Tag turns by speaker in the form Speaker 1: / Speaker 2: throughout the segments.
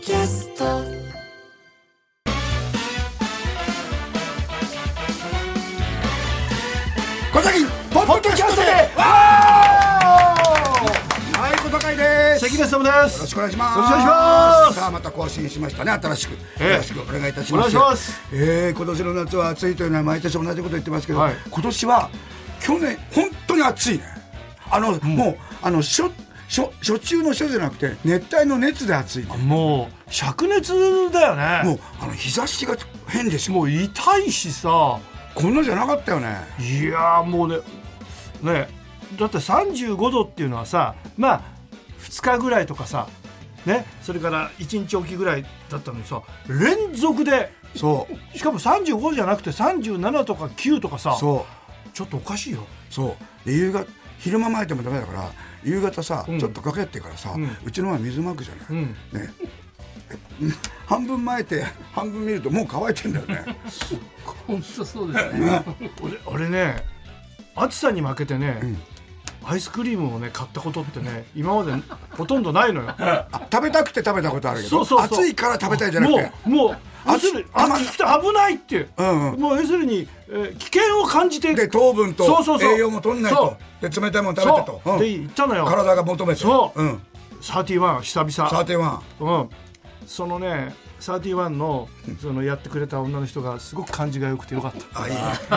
Speaker 1: キャスト
Speaker 2: 小崎ポッドキャストでわーはい小坂井です
Speaker 3: 関
Speaker 2: よ
Speaker 3: 根さで
Speaker 2: ろ
Speaker 3: す。
Speaker 2: しくお願いします
Speaker 3: よろしくお願いします
Speaker 2: さあまた更新しましたね新しく、
Speaker 3: ええ
Speaker 2: よろしくお願いいたします
Speaker 3: お願いします
Speaker 2: えー今年の夏は暑いというのは毎年同じこと言ってますけど、
Speaker 3: はい
Speaker 2: 今年は去年本当に暑いねあの、もうあのしょしょ初中の暑じゃなくて熱帯の熱で暑いね
Speaker 3: もう灼熱だよね。
Speaker 2: も
Speaker 3: も
Speaker 2: うあの日差しが変です
Speaker 3: う
Speaker 2: も
Speaker 3: 痛いしさ、
Speaker 2: こんなじゃなかったよね
Speaker 3: いやーもうね、ね、だって35度っていうのはさ、まあ2日ぐらいとかさ、ね、それから1日おきぐらいだったのにさ、連続で。
Speaker 2: そう
Speaker 3: しかも35じゃなくて37とか9とかさちょ
Speaker 2: そう
Speaker 3: っとおかしいよ
Speaker 2: そうで夕方昼間前でもダメだから夕方さ、
Speaker 3: ん
Speaker 2: ちょっとかけってからさ、うんちのは水まくじゃない、
Speaker 3: うん
Speaker 2: ねえうん半分前って半分見るともう乾いてんだよね
Speaker 4: 本当そうですね。
Speaker 3: 俺俺ね暑さに負けてね、アイスクリームをね買ったことってね今までほとんどないの よ
Speaker 2: あ食べたくて食べたことあるけど
Speaker 3: そうそうそう
Speaker 2: 暑いから食べたいじゃなくて
Speaker 3: もうもう要
Speaker 2: 暑
Speaker 3: す
Speaker 2: い
Speaker 3: るに
Speaker 2: たまん
Speaker 3: 暑くて危ないっていう、
Speaker 2: うんうん
Speaker 3: もう要するに、えー危険を感じて
Speaker 2: で糖分と
Speaker 3: そうそうそう
Speaker 2: 栄養も取んないと
Speaker 3: そ
Speaker 2: で冷たいもの食べて
Speaker 3: そ
Speaker 2: と
Speaker 3: う、
Speaker 2: う
Speaker 3: っ
Speaker 2: ん
Speaker 3: て言ったのよ
Speaker 2: 体が求めて
Speaker 3: そう
Speaker 2: うん、
Speaker 3: 31久々
Speaker 2: サーティワン
Speaker 3: うん、そのね31のそのやってくれた女の人がすごく感じが良くてよかった
Speaker 2: あいい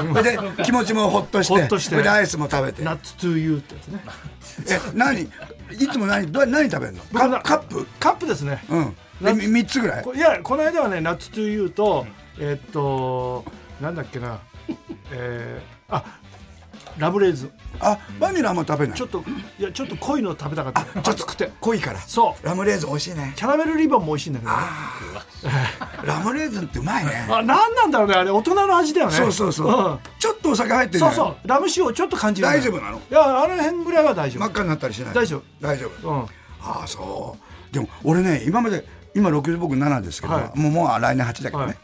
Speaker 2: ねそれ で気持ちもほっとして
Speaker 3: ほっとして
Speaker 2: それでアイスも食べ
Speaker 3: 「
Speaker 2: て
Speaker 3: Nuts to you」ってやつね
Speaker 2: え何いつも何どう何食べるの
Speaker 3: 僕
Speaker 2: カ
Speaker 3: な
Speaker 2: カップ
Speaker 3: カップですね、
Speaker 2: うんで
Speaker 3: なん
Speaker 2: 3つぐらい
Speaker 3: こいやこの間はね「Nuts to you と」えーっとなんだっけなえー、あラブレーズ
Speaker 2: あバニラあんま食べない
Speaker 3: ちょっといやちょっと濃いの食べたかった熱くて
Speaker 2: 濃いから
Speaker 3: そう
Speaker 2: ラムレーズン美味しいね
Speaker 3: キャラメルリボンも美味しいんだけどね、
Speaker 2: ラムレーズンってうまいね
Speaker 3: あ何なんだろうねあれ大人の味だよね
Speaker 2: そうそうそう、
Speaker 3: ん
Speaker 2: ちょっとお酒入ってる
Speaker 3: そ
Speaker 2: ね
Speaker 3: うそうラム酒をちょっと感じる
Speaker 2: 大丈夫なの
Speaker 3: いやあの辺ぐらいは大丈
Speaker 2: 真っ
Speaker 3: 夫
Speaker 2: 赤になったりしない
Speaker 3: 大丈夫
Speaker 2: 大丈夫、
Speaker 3: うん
Speaker 2: ああそうでも俺ね今まで今60僕7ですけど、
Speaker 3: はい
Speaker 2: もうもう来年8だけどね、
Speaker 3: はい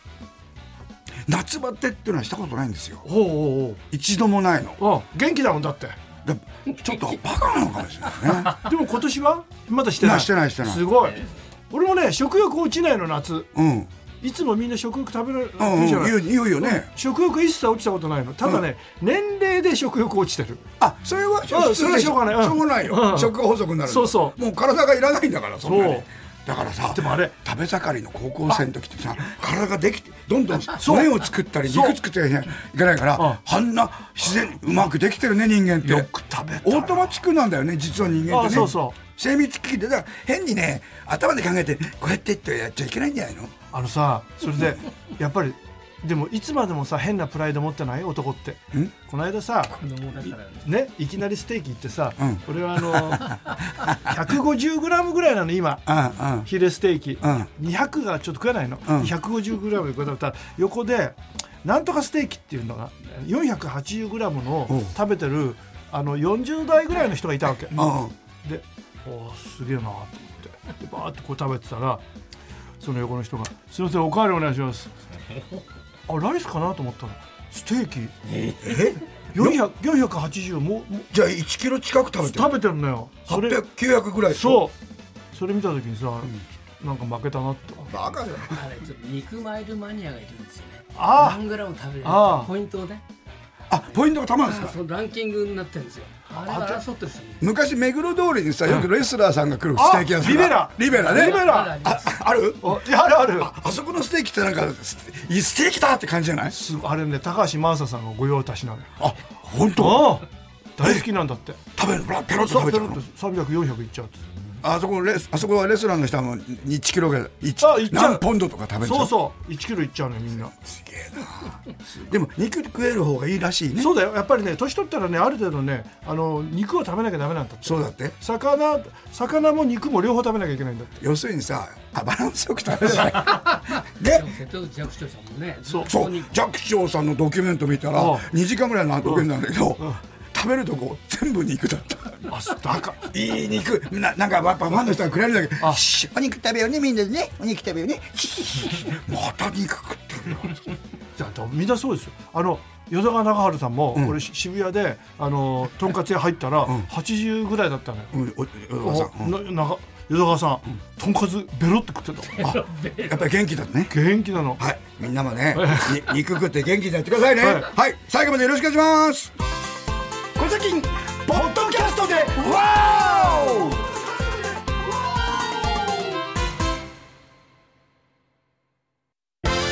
Speaker 2: 夏バテっていうのはしたことないんですよ
Speaker 3: ほうほう
Speaker 2: 一度もないの
Speaker 3: ほううん元気だもんだって
Speaker 2: だちょっとバカなのかもしれない ね
Speaker 3: でも今年はまだしてな
Speaker 2: まあ
Speaker 3: い
Speaker 2: してないしてない
Speaker 3: すごい俺もね食欲落ちないの夏
Speaker 2: うん
Speaker 3: いつもみんな食欲食べる
Speaker 2: うん
Speaker 3: いいじゃ
Speaker 2: うん
Speaker 3: ない
Speaker 2: 言う言うよね、
Speaker 3: 食欲一切落ちたことないのただね、年齢で食欲落ちてる
Speaker 2: あそれは
Speaker 3: うんそれはしょうがないうん
Speaker 2: しょうがないよ、
Speaker 3: うん
Speaker 2: 食が細くなる
Speaker 3: そうそう
Speaker 2: もう体がいらないんだからそんなに
Speaker 3: そう
Speaker 2: だからさ
Speaker 3: でもあれ
Speaker 2: 食べ盛りの高校生の時ってさ体ができてどん どん
Speaker 3: う
Speaker 2: 骨を作ったり
Speaker 3: そう
Speaker 2: 肉作っていけないからあんな自然にうまくできてるね人間って
Speaker 3: よく食べた
Speaker 2: オートマチックなんだよね実は人間ってね
Speaker 3: あそうそう
Speaker 2: 精密機器でだから変にね頭で考えてこうやってってやっちゃいけないんじゃないの
Speaker 3: あのさそれ でやっぱりでもいつまでもさ変なプライド持ってない男ってこの間さ
Speaker 4: 子供だからね。
Speaker 3: ね、いきなりステーキ行ってさ、
Speaker 2: うん
Speaker 3: 俺はあの 150g ぐらいなの今
Speaker 2: うんうん
Speaker 3: ヒレステーキ、
Speaker 2: う
Speaker 3: 200がちょっと食えないの、
Speaker 2: ん
Speaker 3: 150g でこうだったら横でなんとかステーキっていうのが 480g の
Speaker 2: うん
Speaker 3: 食べてるあの40代ぐらいの人がいたわけ、
Speaker 2: うん
Speaker 3: でおーすげえなと思ってでバーってこう食べてたらその横の人が「すいませんおかわりお願いします」あライスかなと思ったらステーキえ400 480もも
Speaker 2: じゃあ1キロ近く食べてる
Speaker 3: 食べてるのよそれ
Speaker 2: 800 900ぐらいでしょ
Speaker 3: そうそれ見た時にさ、なんか負けたなって
Speaker 2: バカだよ
Speaker 4: あれちょっと肉マイルマニアがいるんですよね。
Speaker 3: あ
Speaker 4: 何グラム食べれる
Speaker 3: あ
Speaker 4: か
Speaker 3: あ
Speaker 4: ポイントをね。
Speaker 2: あポイントがたまるんですか
Speaker 4: そのランキングになってるんですよ。あれ争ってるんですよね。
Speaker 2: 昔目黒通りにさよくレスラーさんが来るステーキ屋さん
Speaker 3: リベラ
Speaker 2: リベラね
Speaker 3: リベラ
Speaker 2: あある
Speaker 3: おいやあるある
Speaker 2: あそこのステーキってなんかスいいステーキだって感じじゃない
Speaker 3: すあれね高橋真麻さんが御用達なのよ
Speaker 2: あ本当
Speaker 3: ああ大好きなんだって
Speaker 2: 食べるほらペロッと
Speaker 3: そ
Speaker 2: 食べ
Speaker 3: うペ
Speaker 2: ちゃ
Speaker 3: ロ
Speaker 2: う
Speaker 3: ッと
Speaker 2: の
Speaker 3: 300400いっちゃうっつって
Speaker 2: あそこのレスあそこはレスラーの人はもう1キロぐらい
Speaker 3: あい
Speaker 2: 1
Speaker 3: っちゃう
Speaker 2: 何ポンドとか食べる
Speaker 3: そうそう1キロいっちゃうのよみんな
Speaker 2: すげえなでも肉食える方がいいらしいね
Speaker 3: そうだよやっぱりね年取ったらねある程度ねあの肉を食べなきゃダメなんだって
Speaker 2: そうだって
Speaker 3: 魚魚も肉も両方食べなきゃいけないんだって
Speaker 2: 要するにさあバランスよく食べるじゃない
Speaker 4: でも瀬戸内寂聴さんもね。
Speaker 3: そう
Speaker 4: ずっ
Speaker 2: そ
Speaker 4: と
Speaker 2: う
Speaker 4: 肉
Speaker 2: 寂聴さんのドキュメント見たら
Speaker 3: うん
Speaker 2: 2時間ぐらいのドキュメントなんだけど食べるとこ全部肉だった
Speaker 3: あそだか
Speaker 2: いい肉ななんかやっぱファンの人がくれるんだけど
Speaker 3: あ
Speaker 2: シュお肉食べようねみんなでねお肉食べようねシュシュシュまた肉食ってるよ
Speaker 3: だだみんなそうですよあの淀川長春さんも、俺し渋谷であのとんかつ屋入ったら、80ぐらいだったのよ、
Speaker 2: うんおおおお
Speaker 3: お
Speaker 2: さんうん
Speaker 3: なな淀川さん、とんかつベロって食って たあ
Speaker 2: やっぱり元気だね
Speaker 3: 元気なの
Speaker 2: はいみんなもねに肉食って元気にやってくださいねはい、最後までよろしくお願いします小崎ポッドキャストでワー小崎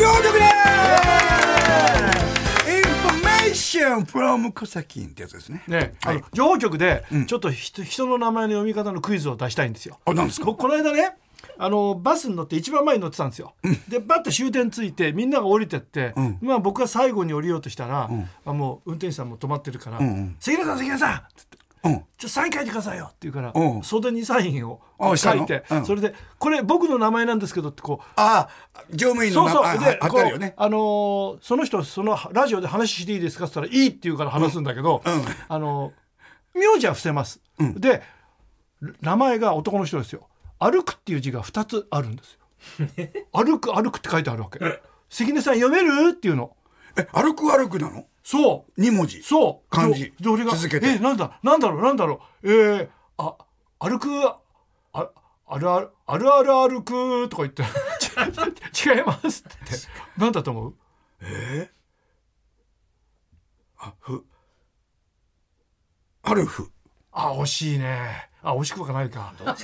Speaker 2: 洋徳ですインフォメーション from 小崎ってやつですね
Speaker 3: ね、
Speaker 2: はい
Speaker 3: あの情報局でちょっと人,、人の名前の読み方のクイズを出したいんですよ。
Speaker 2: あなんですか
Speaker 3: 僕この間ねあのバスに乗って一番前に乗ってたんですよ、でバッと終点ついてみんなが降りてって、
Speaker 2: ん
Speaker 3: まあ、僕が最後に降りようとしたら、あもう運転手さんも止まってるから「
Speaker 2: んうん
Speaker 3: 関根さん関根さん!」って言っ
Speaker 2: うん
Speaker 3: てちょっとサイン書いてくださいよって言うから、
Speaker 2: うん
Speaker 3: 袖にサインを
Speaker 2: あした
Speaker 3: 書
Speaker 2: の
Speaker 3: いて、
Speaker 2: うん
Speaker 3: それで「これ僕の名前なんですけど」ってこう
Speaker 2: ああ乗務員の
Speaker 3: そう
Speaker 2: 名
Speaker 3: そ
Speaker 2: 前
Speaker 3: うで
Speaker 2: あ
Speaker 3: こ
Speaker 2: ったよ
Speaker 3: う、
Speaker 2: ね
Speaker 3: あのーその人そのラジオで話していいですかって言ったら「いい」って言うから話すんだけど、
Speaker 2: うんうん
Speaker 3: あのー名字は伏せます、で名前が男の人ですよ「歩く」っていう字が2つあるんです よ「歩く歩く」って書いてあるわけ関根さん読めるっていうの
Speaker 2: え歩く歩くなの
Speaker 3: そう
Speaker 2: 二文字
Speaker 3: そう
Speaker 2: 漢字
Speaker 3: でで俺が
Speaker 2: 続けて
Speaker 3: えなんだなんだろうなんだろうえー、あ歩くああるあるあるある歩くとか言 ってち違いますってなんだと思う
Speaker 2: あふアルフ
Speaker 3: あ惜しいねあ惜しくはないか、 まあ、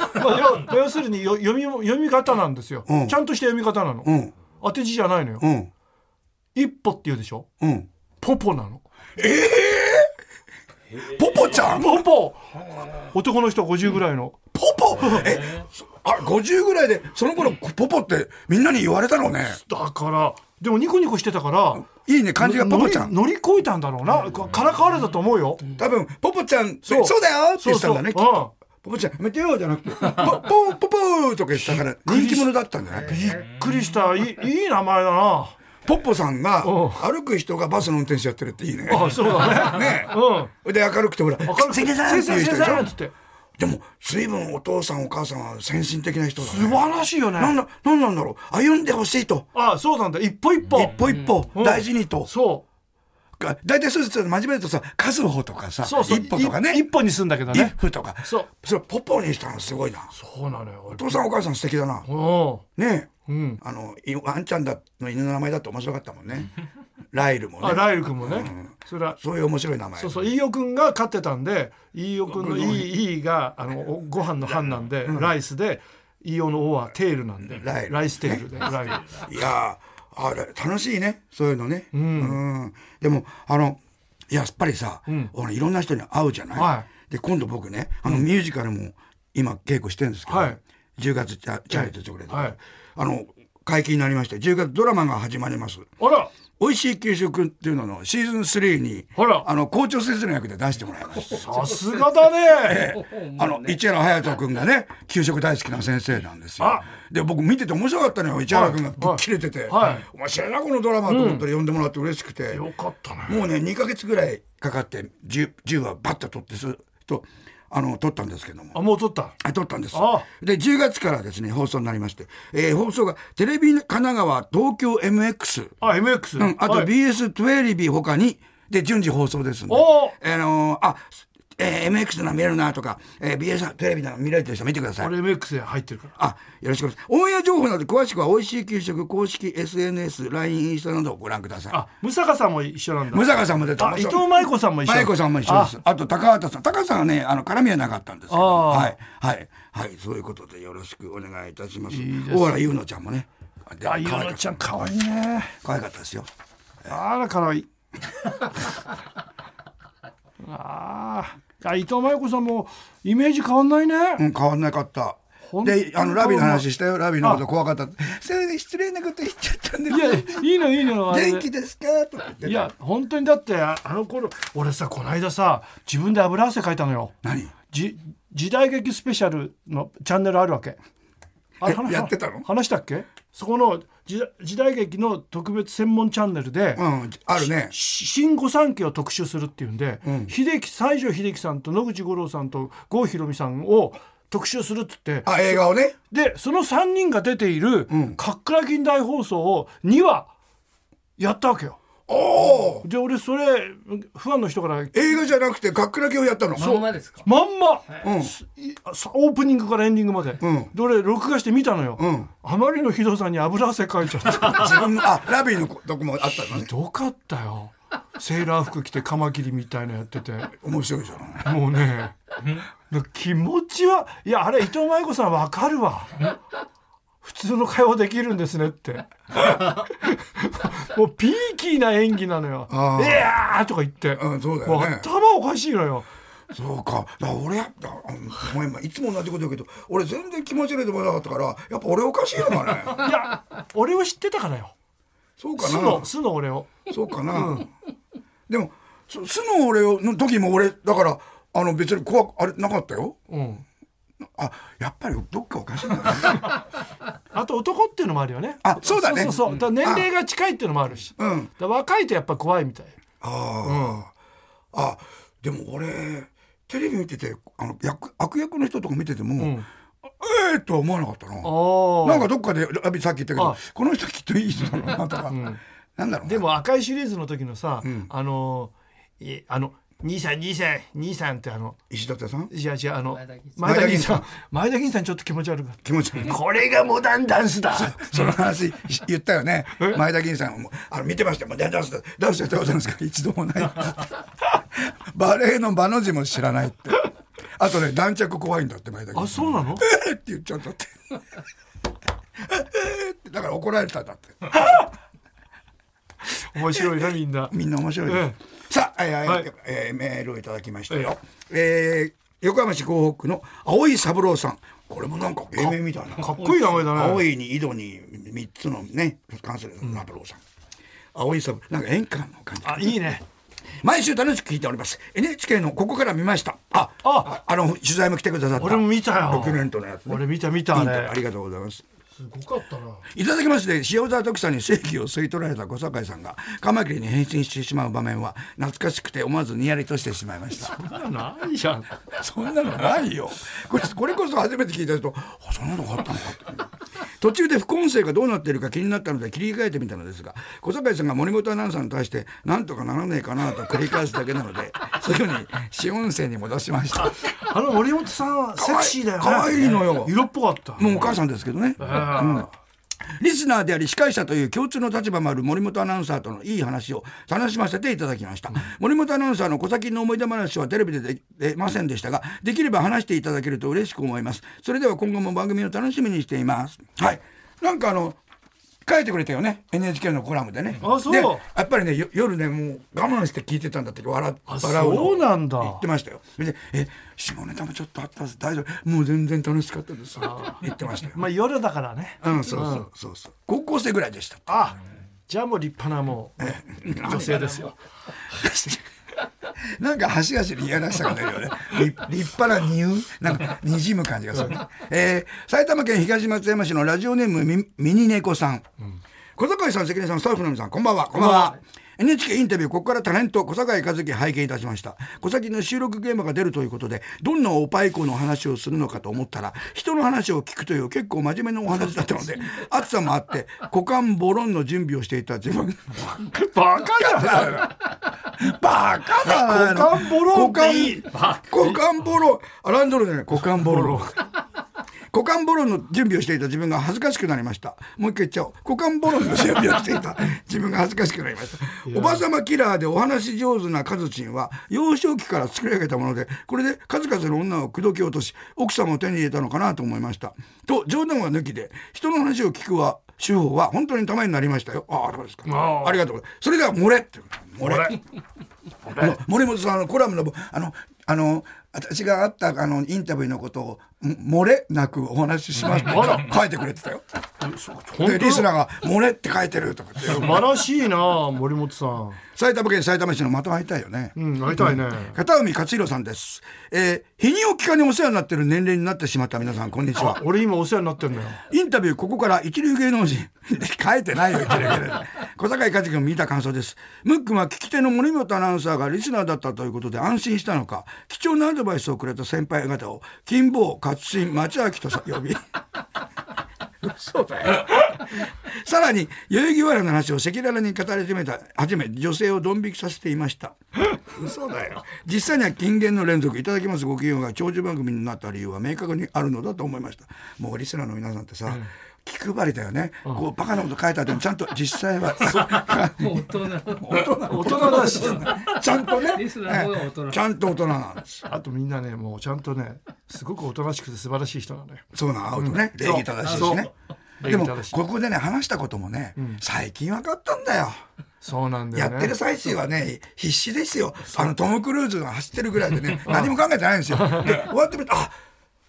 Speaker 3: 要要するによ読みも読み方なんですよ、
Speaker 2: うん
Speaker 3: ちゃんとした読み方なの、
Speaker 2: うん
Speaker 3: 当て字じゃないのよ、
Speaker 2: うん
Speaker 3: 一歩って言うでしょ
Speaker 2: うん
Speaker 3: ポポなの
Speaker 2: ポポちゃん
Speaker 3: ポポ男の人50ぐらいの、
Speaker 2: ポポえそあ50ぐらいでその頃ポポってみんなに言われたのね
Speaker 3: だからでもニコニコしてたから
Speaker 2: いいね漢字がポポちゃん
Speaker 3: 乗り乗り越えたんだろうな、かからかわれたと思うよ、
Speaker 2: 多分ポポちゃんそうだよって言ってたんだね
Speaker 3: そうそう
Speaker 2: ポポちゃんやめてよじゃな くてポポポポーとか言ってたから人気者だったんじゃない
Speaker 3: うんびっくりしたいいいい名前だな
Speaker 2: ポッポさんが
Speaker 3: うん
Speaker 2: 歩く人がバスの運転手やってるっていいね
Speaker 3: あそうだ ね
Speaker 2: ね
Speaker 3: うん
Speaker 2: で明るくてほら
Speaker 3: 明る
Speaker 2: 「
Speaker 3: く
Speaker 2: 関根さん」っていう人
Speaker 3: 先
Speaker 2: でし
Speaker 3: 生
Speaker 2: ょ
Speaker 3: っつって
Speaker 2: でも随分お父さんお母さんは先進的な人だ、ね、
Speaker 3: 素晴らしいよね
Speaker 2: なんだなんなんだろう歩んでほしいと
Speaker 3: あそうなんだ一歩一歩
Speaker 2: 一歩一歩
Speaker 3: うん
Speaker 2: 大事にと、
Speaker 3: そう
Speaker 2: か大体そうですよ真面目だとさ数歩とかさ
Speaker 3: そうそう
Speaker 2: 一歩とか
Speaker 3: い一
Speaker 2: ね
Speaker 3: 歩にすんだけど
Speaker 2: 一
Speaker 3: ね
Speaker 2: 歩とか
Speaker 3: そう
Speaker 2: それポポにしたのすごいな
Speaker 3: そうなのよ
Speaker 2: お父さんお母さん素敵だな
Speaker 3: う
Speaker 2: ねえ、
Speaker 3: んうん
Speaker 2: あのいワンちゃんだの犬の名前だって面白かったもんねライルも
Speaker 3: あ
Speaker 2: ね
Speaker 3: ライル君もねそれは
Speaker 2: そういう面白い名前
Speaker 3: そうそう飯尾君が飼ってたんで飯尾君の「いい」いいがあのおご飯の「飯」なんでライスで飯尾の「お」はテールなんで
Speaker 2: ライル
Speaker 3: ライステールでライル
Speaker 2: いやーあれ楽しいねそういうのねうんでもあのやっぱりさ、俺いろんな人に会うじゃない、
Speaker 3: は
Speaker 2: で今度僕ねあのミュージカルも今稽古してるんですけど、
Speaker 3: はい
Speaker 2: 10月チャチャーリーとチョコレート、
Speaker 3: はい
Speaker 2: あの解禁になりまして10月ドラマが始まります
Speaker 3: あら
Speaker 2: 「おいしい給食」っていうののシーズン3に
Speaker 3: あら
Speaker 2: あの校長先生の役で出してもらいま した
Speaker 3: さすがだね
Speaker 2: あの市原隼人君がね給食大好きな先生なんですよ
Speaker 3: あ
Speaker 2: で僕見てて面白かったのよ市原君がぶっ切れてて
Speaker 3: はいはい
Speaker 2: 「お前知らなこのドラマ」と思ったら呼んでもらって嬉しくて
Speaker 3: よかったね
Speaker 2: もうね2か月ぐらいかかって 10, 10話バッと撮ってすとあの撮ったんですけども
Speaker 3: あもう取った
Speaker 2: あ撮ったんです
Speaker 3: あ
Speaker 2: で10月からですね放送になりまして、えー放送がテレビ神奈川東京 MX
Speaker 3: あ MX
Speaker 2: うん、あと
Speaker 3: はい
Speaker 2: BS12 ほかに、で、順次放送ですんで、
Speaker 3: お
Speaker 2: あのーあ、えー MX なら見れるなとか、えー BS テレビなら見れるという人見てください
Speaker 3: 俺。MX で入ってるから
Speaker 2: あ、よろしくお願いします。オンエア情報など詳しくは、美味しい給食公式 SNS、LINE、インスタなどをご覧くださ
Speaker 3: あ武坂さんも一緒なん
Speaker 2: い。
Speaker 3: だ
Speaker 2: 武坂さんも出た。
Speaker 3: あ伊藤舞子さんも一緒
Speaker 2: 舞子さんも一緒です。あと、高畑さん。高畑さんはね、あの、絡みはなかったんですけど。
Speaker 3: あー
Speaker 2: はい。はい。はい。そういうことでよろしくお願いいたします。
Speaker 3: です
Speaker 2: 大原優乃ちゃんもね。で
Speaker 3: あゆ
Speaker 2: 可愛か
Speaker 3: の
Speaker 2: っ
Speaker 3: ちゃん可愛いね
Speaker 2: 可愛かったですよ。
Speaker 3: あら可愛い あーあ伊藤舞子さんもイメージ変わんないね、
Speaker 2: うん、変わんなかった
Speaker 3: ほ。んと
Speaker 2: で、あの、ラビの話したよ。ラビのこと
Speaker 3: あ
Speaker 2: 怖かったって。それで失礼なこと言っちゃったんで、
Speaker 3: いやいいのいいのあれ
Speaker 2: 元気ですかとか言ってた。
Speaker 3: いや本当にだってああの頃俺さこの間さ自分で油汗かいたのよ
Speaker 2: 何
Speaker 3: じ時代劇スペシャルのチャンネルあるわけあ
Speaker 2: え
Speaker 3: 話
Speaker 2: やってたの
Speaker 3: 話したっけそこの時時代劇の特別専門チャンネルで、
Speaker 2: うん、あるね。
Speaker 3: し新御三家を特集するっていうんで、秀樹西城秀樹さんと野口五郎さんと郷ひろみさんを特集するっつって
Speaker 2: あ、映画をね。
Speaker 3: でその3人が出ている「かっくら金大放送」を2話やったわけよ。
Speaker 2: おー
Speaker 3: で俺それファンの人から
Speaker 2: 映画じゃなくて楽器だけをやったの
Speaker 4: まんまですか
Speaker 3: まんま、
Speaker 2: うん
Speaker 3: いさオープニングからエンディングまで、
Speaker 2: ん
Speaker 3: で俺録画して見たのよ、
Speaker 2: ん
Speaker 3: あまりのひどさに油汗かいちゃった
Speaker 2: 自分のあラビーのとこもあったのね
Speaker 3: ひどかった よセーラー服着てカマキリみたいのやってて
Speaker 2: 面白いじゃない
Speaker 3: もうね気持ちはいやあれ伊藤舞子さんわかるわ普通の会話できるんですねって もうピーキーな演技なのよ「
Speaker 2: あー
Speaker 3: いやー!」とか言って、
Speaker 2: うんそうだよ
Speaker 3: もう
Speaker 2: ね
Speaker 3: 頭おかしいのよ
Speaker 2: そうかだから俺やっぱあごめんまあいつも同じこと言うけど俺全然気持ち悪いと思わなかったからやっぱ俺おかしいのかね
Speaker 3: いや俺を知ってたからよ
Speaker 2: そうか
Speaker 3: 素
Speaker 2: な
Speaker 3: の素の俺を
Speaker 2: そうかな、でもそ素の俺をの時も俺だからあの別に怖くあれなかったよ
Speaker 3: うん
Speaker 2: あやっぱりどっかおかしいんだね
Speaker 3: あと男っていうのもあるよね
Speaker 2: あそうだね
Speaker 3: そうそうそうだから年齢が近いっていうのもあるし、
Speaker 2: うん
Speaker 3: だから若いとやっぱ怖いみたい
Speaker 2: ああ、あでも俺テレビ見ててあの役悪役の人とか見てても、
Speaker 3: ん
Speaker 2: あええとは思わなかったな
Speaker 3: あ
Speaker 2: なんかどっかでラビさっき言ったけど
Speaker 3: あ
Speaker 2: この人きっといい人だろうなとか、なんだろうな
Speaker 3: でも赤いシリーズの時のさ、
Speaker 2: ん
Speaker 3: あのいあの兄さん兄さん兄さんってあの
Speaker 2: 石立さん
Speaker 3: いや違うあの
Speaker 4: 前
Speaker 3: 前田
Speaker 4: 田銀
Speaker 3: 銀さ
Speaker 2: 前田銀さん
Speaker 3: ん前田銀さんちょっと気持ち悪かっ
Speaker 2: 気持ち悪い
Speaker 3: たこれがモダンダンスだ
Speaker 2: その話し言ったよね前田銀さんもあの見てましたよもうダンスダンスやったことあるんですか一度もないバレエの場の字も知らないってあとね男着怖いんだって前田銀さん
Speaker 3: あそうなの
Speaker 2: えー って言っちゃったって。えーってだから怒られたんだって。
Speaker 3: 面白いなみんな
Speaker 2: みんな面白い
Speaker 3: え
Speaker 2: ね
Speaker 3: え。
Speaker 2: さあ、えー
Speaker 3: はい
Speaker 2: えーメールをいただきましたよ。えー横浜市港北区の青井三郎さん。これもなんか芸名みたいな。
Speaker 3: かっこいい名前だね
Speaker 2: 青いに井戸に三つのね、関する三郎さん。青井三郎、なんか演歌の感じ。
Speaker 3: あいいね
Speaker 2: 毎週楽しく聞いております。NHK のここから見ました。あ、あ
Speaker 3: あ、
Speaker 2: あの取材も来てくださった。
Speaker 3: 俺も見たよ
Speaker 2: ドキュメントのやつね。
Speaker 3: 俺見た見たあれ
Speaker 2: インタビューありがとうございます。
Speaker 3: すごかったない
Speaker 2: ただきまして塩沢徳さんに正義を吸い取られた小堺さんがカマキリに変身してしまう場面は懐かしくて思わずニヤリとしてしまいました
Speaker 3: そんなのないじゃん
Speaker 2: そんなのないよこれこれこそ初めて聞いた人あそんなのがあったのかって途中で副音声がどうなっているか気になったので切り替えてみたのですが小堺さんが森本アナウンサーに対してなんとかならねえかなと繰り返すだけなのですぐに試音声に戻しました
Speaker 3: あの森本さんはセクシーだよね
Speaker 2: 可愛いのよ
Speaker 3: 色っぽかった
Speaker 2: もうお母さんですけどね、うんリスナーであり司会者という共通の立場もある森本アナウンサーとのいい話を楽しませていただきました、森本アナウンサーの小先の思い出話はテレビでで出ませんでしたができれば話していただけると嬉しく思いますそれでは今後も番組を楽しみにしていますはいなんかあの書いてくれたよね NHK のコラムでね
Speaker 3: あそう
Speaker 2: でやっぱりねよ夜ねもう我慢して聞いてたんだって笑
Speaker 3: あ
Speaker 2: 笑うの
Speaker 3: そうなんだ
Speaker 2: 言ってましたよそれで「え下ネタもちょっとあったんです大丈夫もう全然楽しかったです」言ってましたよ
Speaker 3: まあ夜だからね
Speaker 2: うん、そうそうそうそう。高校生ぐらいでした。
Speaker 3: あじゃあもう立派なもう女性ですよ
Speaker 2: なんか端々に嫌らしさが出るよね。立立派な乳なんか滲む感じがする、ね。えー埼玉県東松山市のラジオネームミミニ猫さん。小坂井さん、関根さん、スタッフの皆さん、こんばんは。こんばんは。NHK インタビュー、ここからタレント、小坂井和樹拝見いたしました。小崎の収録現場が出るということで、どんなおパイコの話をするのかと思ったら、人の話を聞くという結構真面目なお話だった ので、暑さもあって、股間ボロンの準備をしていた自分。
Speaker 3: バカだ
Speaker 2: バカだな。
Speaker 3: 股間ボロンっていい
Speaker 2: 股間股間ボロン。アランドロじゃない。股間ボロン。股間ボロンの準備をしていた自分が恥ずかしくなりました。もう一回言っちゃおう。股間ボロンの準備をしてい た自分が恥ずかしくなりました。おばさまキラーでお話し上手なカズチンは幼少期から作り上げたもので、これで数々の女を口説き落とし、奥様を手に入れたのかなと思いました。と、冗談は抜きで、人の話を聞くは、手法は本当にためになりましたよ。ああ、そうですか。
Speaker 3: あー
Speaker 2: ありがとうございます。それでは、漏れって。漏れ。
Speaker 3: 俺
Speaker 2: あの森本さんあのコラムのあのあの私があったあのインタビューのことをん漏れなくお話ししますって
Speaker 3: あら
Speaker 2: 書いてくれてたよ。
Speaker 3: 本
Speaker 2: でリス
Speaker 3: 当
Speaker 2: ナーが「漏れ」って書いてるとかって
Speaker 3: 素晴らしいな森本さん
Speaker 2: 埼玉県埼玉市の的会いたいよね。
Speaker 3: うん会いたいね
Speaker 2: 片海勝弘さんです。えー、日に置きかにお世話になってる年齢になってしまった皆さん、こんにちは。
Speaker 3: 俺今お世話になってんだよ
Speaker 2: インタビュー、ここから一流芸能人。 書いてないよ、一流芸能人。小坂井和樹君見た感想です。ムックンは聞き手の森本アナウンサーがリスナーだったということで安心したのか、貴重なアドバイスをくれた先輩方を、金坊、勝新、町明とさ呼び。そうだよ。 さらに代々木上原の話を赤裸々に語り始めた初め女性をドン引きさせていました 嘘だよ実際には金言の連続「いただきますごきげんよう」が長寿番組になった理由は明確にあるのだと思いましたもうリスナーの皆さんってさ、気配りだよね、こうバカなこと書いた後にちゃんと実際は
Speaker 4: もう大人の
Speaker 3: 大人だし
Speaker 2: ちゃんとね
Speaker 4: リスナーの方が大人
Speaker 2: ええちゃんと大人なんです
Speaker 3: あとみんなねもうちゃんとねすごくおとなしくて素晴らしい人なのよ
Speaker 2: そうなん会うとね、礼儀正しいしね
Speaker 3: そう
Speaker 2: でも
Speaker 3: 礼儀正しい
Speaker 2: ここでね話したこともね、最近分かったんだよ
Speaker 3: そうなんだ
Speaker 2: や
Speaker 3: よね
Speaker 2: ってる最中はね、必死ですよ。あの、トム・クルーズが走ってるぐらいで ね、何も考えてないんですよ。で、終わってみて、あ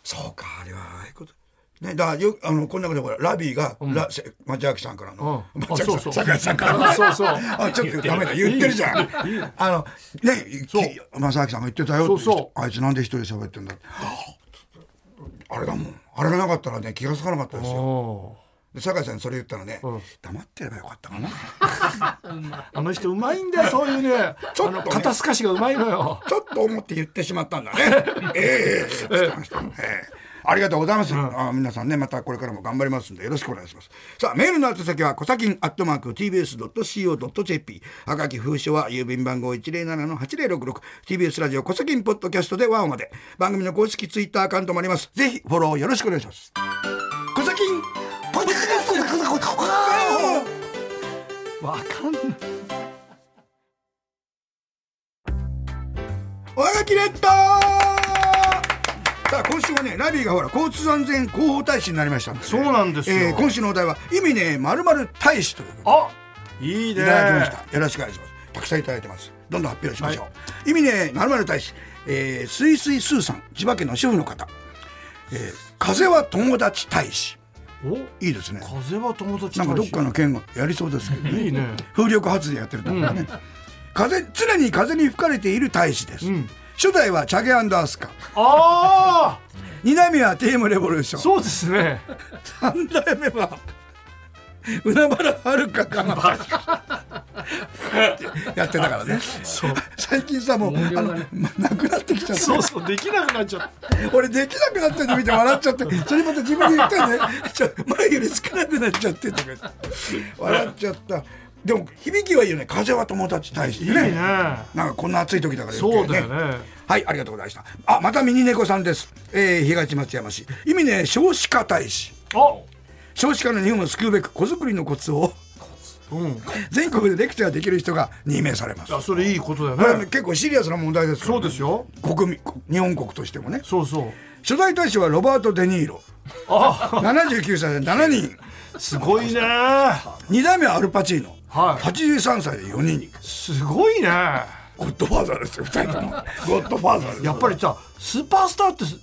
Speaker 2: そうか、あれは、ああいうこと。ね、だからよあの、こんなこと、ほら、ラビーが、ラせマッチャーキさんからの、
Speaker 3: うん
Speaker 2: マッチャーキさ
Speaker 3: あそ
Speaker 2: ん、
Speaker 3: うそう
Speaker 2: 坂井さんからの、
Speaker 3: あそうそう
Speaker 2: あちょっとダメだ、言ってるじゃん。あの、ね、き正明さんが言ってたよって
Speaker 3: そうそ
Speaker 2: あいつなんで一人で喋ってんだって。あれだもん。あれがなかったらね、気がつかなかったですよ。
Speaker 3: おー
Speaker 2: で、坂井さんにそれ言ったらね、
Speaker 3: うん
Speaker 2: 黙ってればよかったかな。
Speaker 3: あの人うまいんだよそういうね
Speaker 2: ちょっと
Speaker 3: あ
Speaker 2: ね
Speaker 3: の肩透かしがうまいのよ
Speaker 2: ちょっと思って言ってしまったんだね。ええええええええありがとうございます、あ。皆さんね、またこれからも頑張りますんで、よろしくお願いします。さあ、メールの宛先は、コサキンアットマーク tbs.co.jp。はがき封書は、郵便番号107-8066。tbs ラジオ、コサキンポッドキャストでワンまで。番組の公式ツイッターアカウントもあります。ぜひ、フォローよろしくお願いします。コサキンポッドキャスト
Speaker 3: わかんない
Speaker 2: おはがきレッドさあ今週はねラビーがほら交通安全広報大使になりましたんで、ね、
Speaker 3: そうなんですよ
Speaker 2: えー今週のお題は「意味ねまるまる大使」ということ
Speaker 3: あいい
Speaker 2: で
Speaker 3: ね
Speaker 2: いただきましたよろしくお願いしますたくさんいただいてますどんどん発表しましょう、意味ねまるまる大使、えー、すいすいすーさん千葉県の主婦の方、えー風は友達大使
Speaker 3: お
Speaker 2: いいですね
Speaker 3: 風は友達
Speaker 2: なんかど
Speaker 3: 大
Speaker 2: っ
Speaker 3: 使
Speaker 2: かの県がやりそうですけどね
Speaker 3: いいね
Speaker 2: 風力発電やってるところね、風常に風に吹かれている大使です、
Speaker 3: ん
Speaker 2: 初代はチャゲアスカ
Speaker 3: ああ
Speaker 2: 2代目は TM レボリューション
Speaker 3: そうですね
Speaker 2: 3代目は海原はるかかなやってたからね
Speaker 3: そう
Speaker 2: 最近さもう、
Speaker 4: 音
Speaker 2: あ
Speaker 4: 量
Speaker 2: の
Speaker 4: がね
Speaker 2: まなくなってきちゃって
Speaker 3: そうそうできなくなっちゃった
Speaker 2: 俺できなくなってるの見て笑っちゃってそれまた自分で言ったよねちょ前より少なくなっちゃってとか言って笑っちゃったでも響きはいいよね風は友達大使
Speaker 3: い
Speaker 2: ね
Speaker 3: いね
Speaker 2: なんかこんな暑い時だから余計
Speaker 3: そうだよね
Speaker 2: はい、ありがとうございました。あ、またミニ猫さんです。えー、東松山市。意味ね、少子化大使。
Speaker 3: あ
Speaker 2: 少子化の日本を救うべく子作りのコツ を
Speaker 3: うん
Speaker 2: 全国でレクチャーできる人が任命されます。
Speaker 3: あそれいいことだよ
Speaker 2: これはね
Speaker 3: ね
Speaker 2: 結構シリアスな問題ですから
Speaker 3: そうですよ
Speaker 2: 国民、日本国としてもね。
Speaker 3: そうそう
Speaker 2: 初代大使はロバート・デ・ニーロ。79歳で7人。
Speaker 3: すごいね
Speaker 2: 2代目はアルパチーノ。
Speaker 3: はい
Speaker 2: 83歳で4人。
Speaker 3: すごいねや
Speaker 2: ゴッドファーザーですよ、2人と も。ゴッドファーザーです。
Speaker 3: っぱりさスーパースターってす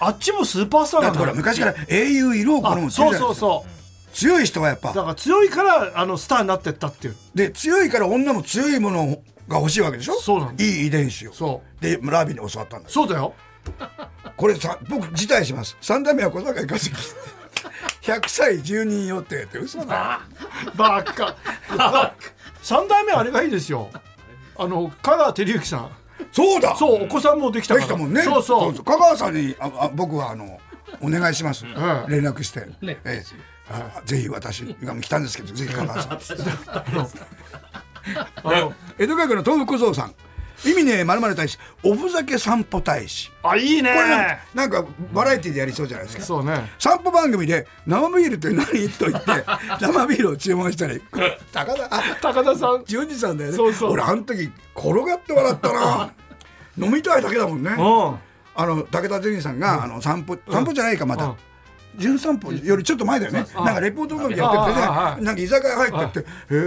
Speaker 3: あっちもスーパースター
Speaker 2: だっ
Speaker 3: なん
Speaker 2: てほ
Speaker 3: だ
Speaker 2: ら、
Speaker 3: よ
Speaker 2: 昔から英雄色を好む
Speaker 3: あ
Speaker 2: って言
Speaker 3: そうう
Speaker 2: じゃない
Speaker 3: そ
Speaker 2: で
Speaker 3: う
Speaker 2: すか
Speaker 3: そう
Speaker 2: 強い人はやっぱ
Speaker 3: だから強いからあのスターになってったっていう
Speaker 2: で強いから女も強いものが欲しいわけでしょ
Speaker 3: そうなんで
Speaker 2: いい遺伝子を
Speaker 3: そう
Speaker 2: でラビに教わったんです
Speaker 3: そうだよ
Speaker 2: これさ僕辞退します3代目は小坂井和樹100歳10人予定って嘘だ
Speaker 3: バ カ三代目あれがいいですよあの香川照之さん
Speaker 2: そうだ
Speaker 3: そうお子さんもできた
Speaker 2: で
Speaker 3: から
Speaker 2: きたもんね
Speaker 3: そうそう
Speaker 2: 香川さんにああ僕はあのお願いします、連絡して、
Speaker 4: ね
Speaker 2: ええあぜひ私が来たんですけどぜひ香 川さん
Speaker 3: あの
Speaker 2: 江戸川区の東福小僧さん意味ねまるまる大使おふざけ散歩大使
Speaker 3: あいいね
Speaker 2: これなんかなんかバラエティでやりそうじゃないですか
Speaker 3: そうね
Speaker 2: 散歩番組で生ビールって何と言って生ビールを注文したりこれ高田あ
Speaker 3: 高田さん
Speaker 2: 純次さんだよね
Speaker 3: そうそう
Speaker 2: 俺あの時転がって笑った な飲みたいだけだもんね
Speaker 3: うん
Speaker 2: あの武田純次さんが、あの散歩散歩じゃないかまた、
Speaker 3: うん
Speaker 2: 純散歩よりちょっと前だよねなんかレポート番組やっててね
Speaker 3: ああああ
Speaker 2: なんか居酒屋入ってってへえいろ